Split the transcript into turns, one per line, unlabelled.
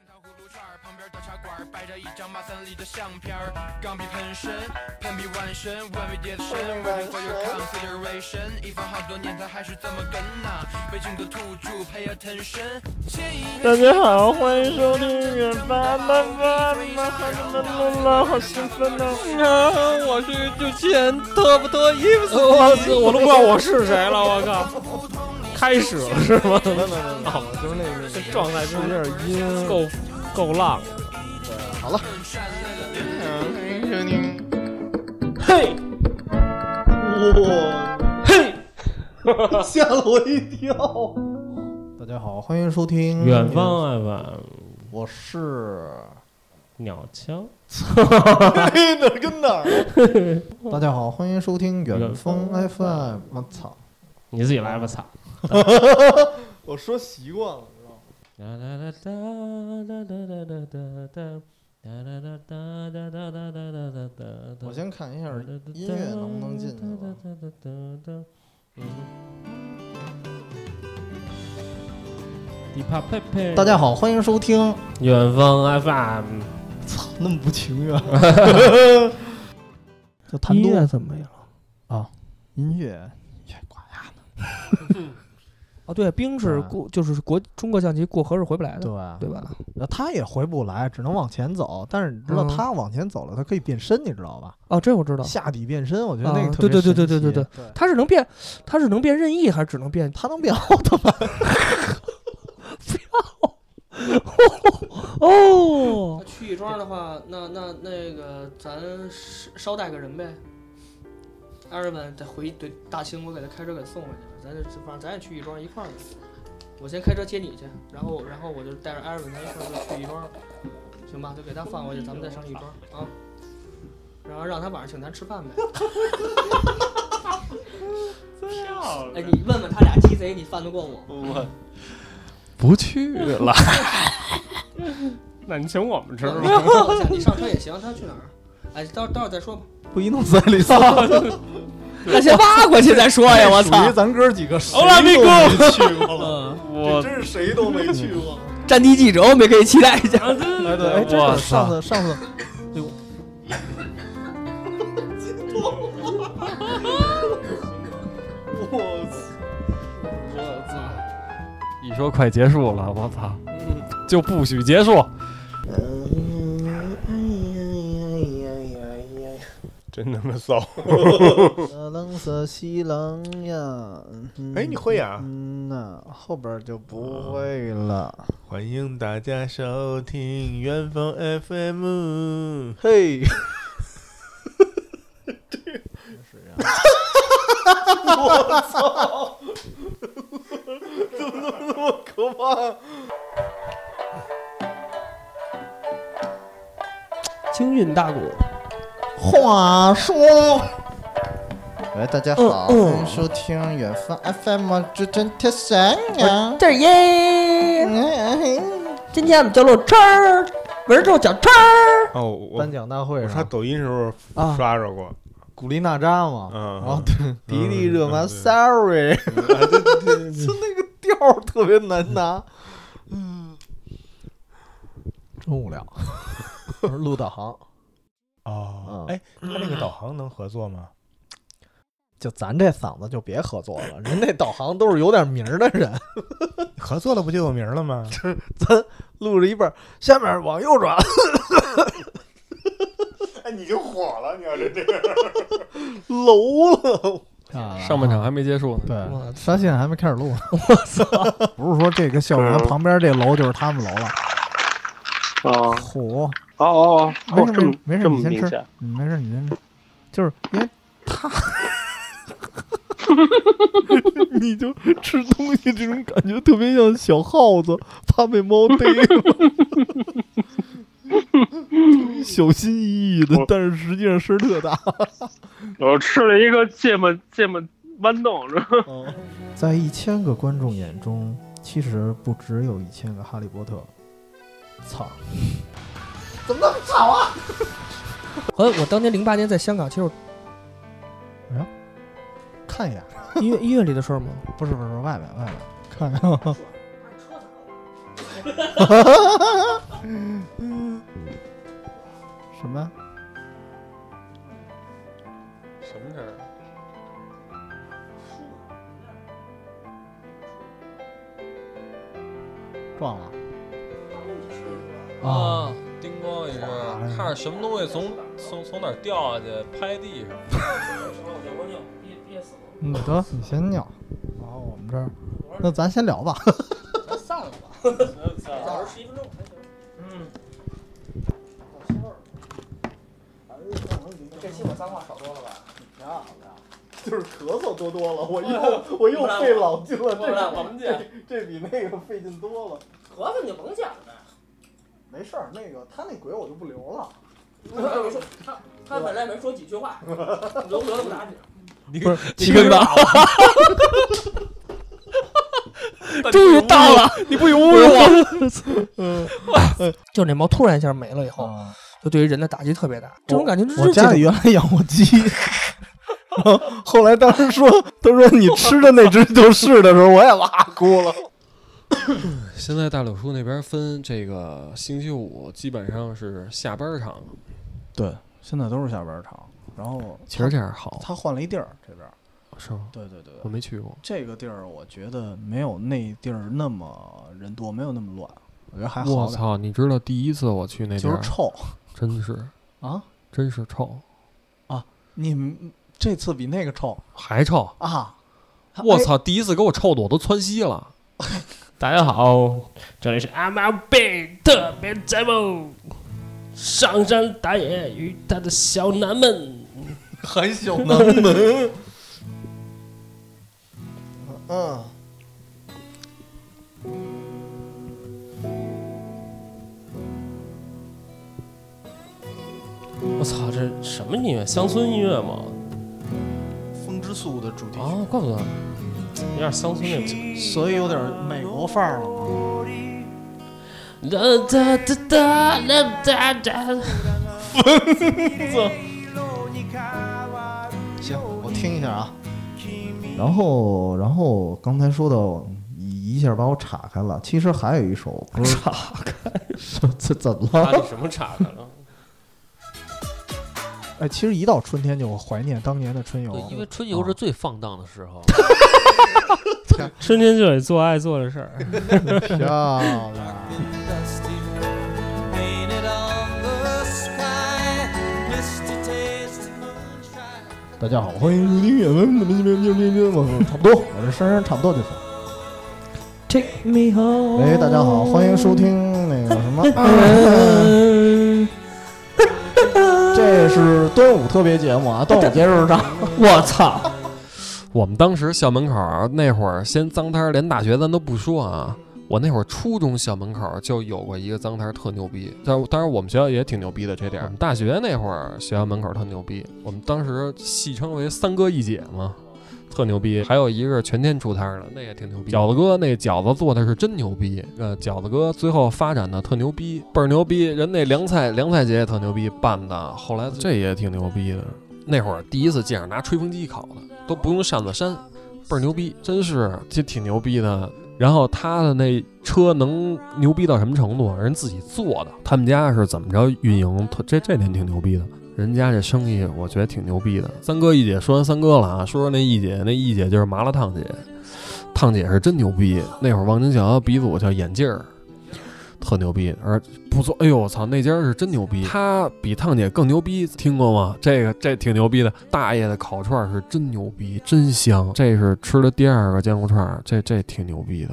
块儿，旁边的茶馆儿摆着一张马三立的相片儿，钢笔喷身，喷笔万身，When we did shit, ready for your consideration。一放好多年，他还是这么跟呐、北京的土著，Pay attention。建议
大家好，欢迎收听远八八八八哈的噜啦，好兴奋呐、啊！我是就前脱不脱衣服，我我都不知道我是谁了，我靠！开始了是吗？
没有没有没有，我就是那个
这状态真
有
是
点阴。
够够浪的。
好了，
嘿，
哇，
嘿，
吓了我一跳。大家好，欢迎收听
远，方 FM
我是
鸟枪，
哪儿跟哪儿？大家好，欢迎收听远方 FM。我操，
你自己来吧，操！
我说习惯了，你知道吗？
哒哒哒哒哒哒哒哒哒哒哒哒哒哒哒哒哒哒哒
我先看一下音乐能不能进去吧。
迪帕佩佩，
大家好，欢迎收听。
远方 FM，
操，那么不情愿。就
音乐怎么样？
音乐，音乐挂呀。
哦，对，冰是
对
过，就是国中国象棋过河是回不来的，
对
对吧？
然后他也回不来，只能往前走。但是你知道，
嗯
他往前走了，他可以变身，你知道吧？
哦，这我知道，
下底变身，我觉得 那个
啊
特别
对对对
神奇
对对
对，
它是能变，它是能变任意，还是只能变？
他能变奥特 曼，
哦，
去亦庄的话，那那那个咱捎捎带个人呗。艾瑞文得回得大兴，我给他开车给送回去。咱就反正咱也去亦庄一块儿去。我先开车接你去，然后然后我就带着艾瑞文他一块儿就去亦庄，行吧？就给他放回去，咱们再上亦庄啊。然后让他晚上请咱吃饭呗。
漂
哎，你问问他俩鸡贼，你犯得过我？
我，
不去了。
那你请我们吃吧。
我想你上车也行，他去哪儿？哎，到到时候再说吧。
不一弄死里萨，
那先挖过去再说呀！我
属
操
于，咱哥几个谁
欧拉
都
米
没
哥
去过了，这
我
真是谁都没去过。
战地记者，我们也可以期待一下。
哎对，哎，真
我
的，上
操！
次上次
我操！
一说快结束了，我操，就不许结束。真他妈骚！
冷色西冷呀，
哎你会呀
嗯呐，后边就不会了。
欢迎大家收听远方 FM。
嘿，
京韵大鼓，
话说，喂，大家好，
嗯嗯
欢迎收听远方 FM 之真天山呀。
这儿耶！
嗯
今天我们叫肉吃儿，闻肉小吃儿
哦，我
颁奖大会
我刷
上，
抖音时候
啊！
刷着过，
古力娜扎嘛，
嗯
然后对迪丽热巴
嗯
Sorry，就那个调儿特别难拿，嗯，真无聊。 录导航，
哦
嗯
哎，他那个导航能合作吗？
就咱这嗓子就别合作了，人那导航都是有点名儿的人，
合作了不就有名了吗？
咱录着一半儿，下面往右转，
哎，你就火了，你要是这个。
楼了。
上半场还没结束呢。
对，他现在还没开始录。 我操！不是说这个校
嗯
园旁边这楼就是他们楼了。
啊，
嚯，
哦哦哦，
没事
这么
没事
这么
你先
明
吃
显，
嗯没事，你先吃。就是因为 他，你就吃东西这种感觉特别像小耗子，怕被猫逮 了。小心翼翼的
我，
但是实际上声儿特大。
我吃了一个芥末芥末豌豆，是吧？
在一千个观众眼中，其实不只有一千个哈利波特。操！
我我当年零八年在香港，其实我
看一眼，
音 乐音乐里的事儿嘛，
不是不是，外面外 面，看一眼。
啊，叮咣一声，看着什么东西从从从哪儿掉下去，拍地上。
你得你先尿，然后我们这儿，那咱先聊吧。
咱散了吧，早上十一分钟。嗯。这期我脏话少多了吧？
就是咳嗽多多了，我又我又费脑筋了，
不然我
这
们见，
这比那个费劲多了。
咳嗽你就甭讲了。
没事儿，那个他那鬼我就不留了。
他没说，他他本来没说几句 话，留不留不打紧。
你跟到，
终于到了，
你不许侮辱我！
就是那毛突然一下没了以后，
啊，
就对于人的打击特别大。这种感觉就是
我家里原来养过鸡，然后后来当时说，他说你吃的那只就是的时候，我也哇哭了。
现在大柳树那边分这个星期五基本上是下班场，
对，现在都是下边儿场，然后
其实这样好，
他换了一地儿这边儿。
是吗？
对对对
我
对，
没去过，
这个地儿我觉得没有那地儿那么人多，没有那么乱，我觉得还
我
好点儿，
操！你知道第一次我去那地
就是
儿，
臭
真是
啊！
真是臭，
你们这次比那个臭
还臭！
啊！
我操！第一次给我臭的我都窜稀了。
大家好，这里是阿毛病特别节目，上山打野与他的小南们。
很小南 门。嗯，
我操，这什么音乐？乡村音乐吗？
风之宿的主题曲，
啊，怪不得，有点乡村那种。
所以有点美国范儿了嘛。
哒哒哒哒哒哒哒。
行，我听一下啊。然后，然后刚才说到一一下把我岔开了，其实还有一首歌岔开，这怎么
啊，
了？
你什么岔开 了？
哎，其实一到春天就会怀念当年的春游，
对，因为春游是最放荡的时候。
春天就得做爱做的事儿。
漂亮。大家好，欢迎收听《远文怎么怎么怎么怎么》，差不 多，我这声儿差不多就行。
Take me home。
喂，大家好，欢迎收听那个什 么，呃这是端午特别节目啊，端午节日 上，
我操！
我们当时校门口儿那会儿，先脏摊儿，连大学咱都不说啊。我那会儿初中校门口儿就有过一个脏摊儿，特牛逼。但当然我们学校也挺牛逼的这点儿。我们大学那会儿学校门口儿特牛逼，我们当时戏称为“三哥一姐”嘛，特牛逼。还有一个是全天出摊儿的，那也挺牛逼。饺子哥那饺子做的是真牛逼，呃，饺子哥最后发展的特牛逼，倍儿牛逼。人那凉菜凉菜节也特牛逼办的，后来这也挺牛逼的。那会儿第一次见着拿吹风机烤的，都不用扇子扇，倍儿牛逼，真是这挺牛逼的。然后他的那车能牛逼到什么程度啊？人自己做的，他们家是怎么着运营？特这这点挺牛逼的，人家这生意我觉得挺牛逼的。三哥一姐说完三哥了啊，说说那一姐，那一姐就是麻辣烫姐，烫姐是真牛逼。那会儿望京桥鼻祖叫眼镜儿，特牛逼，而不错。哎呦我操，那家是真牛逼，他比烫姐更牛逼，听过吗？这个这挺牛逼的，大爷的烤串儿是真牛逼，真香。这是吃的第二个煎锅串儿，这这挺牛逼的。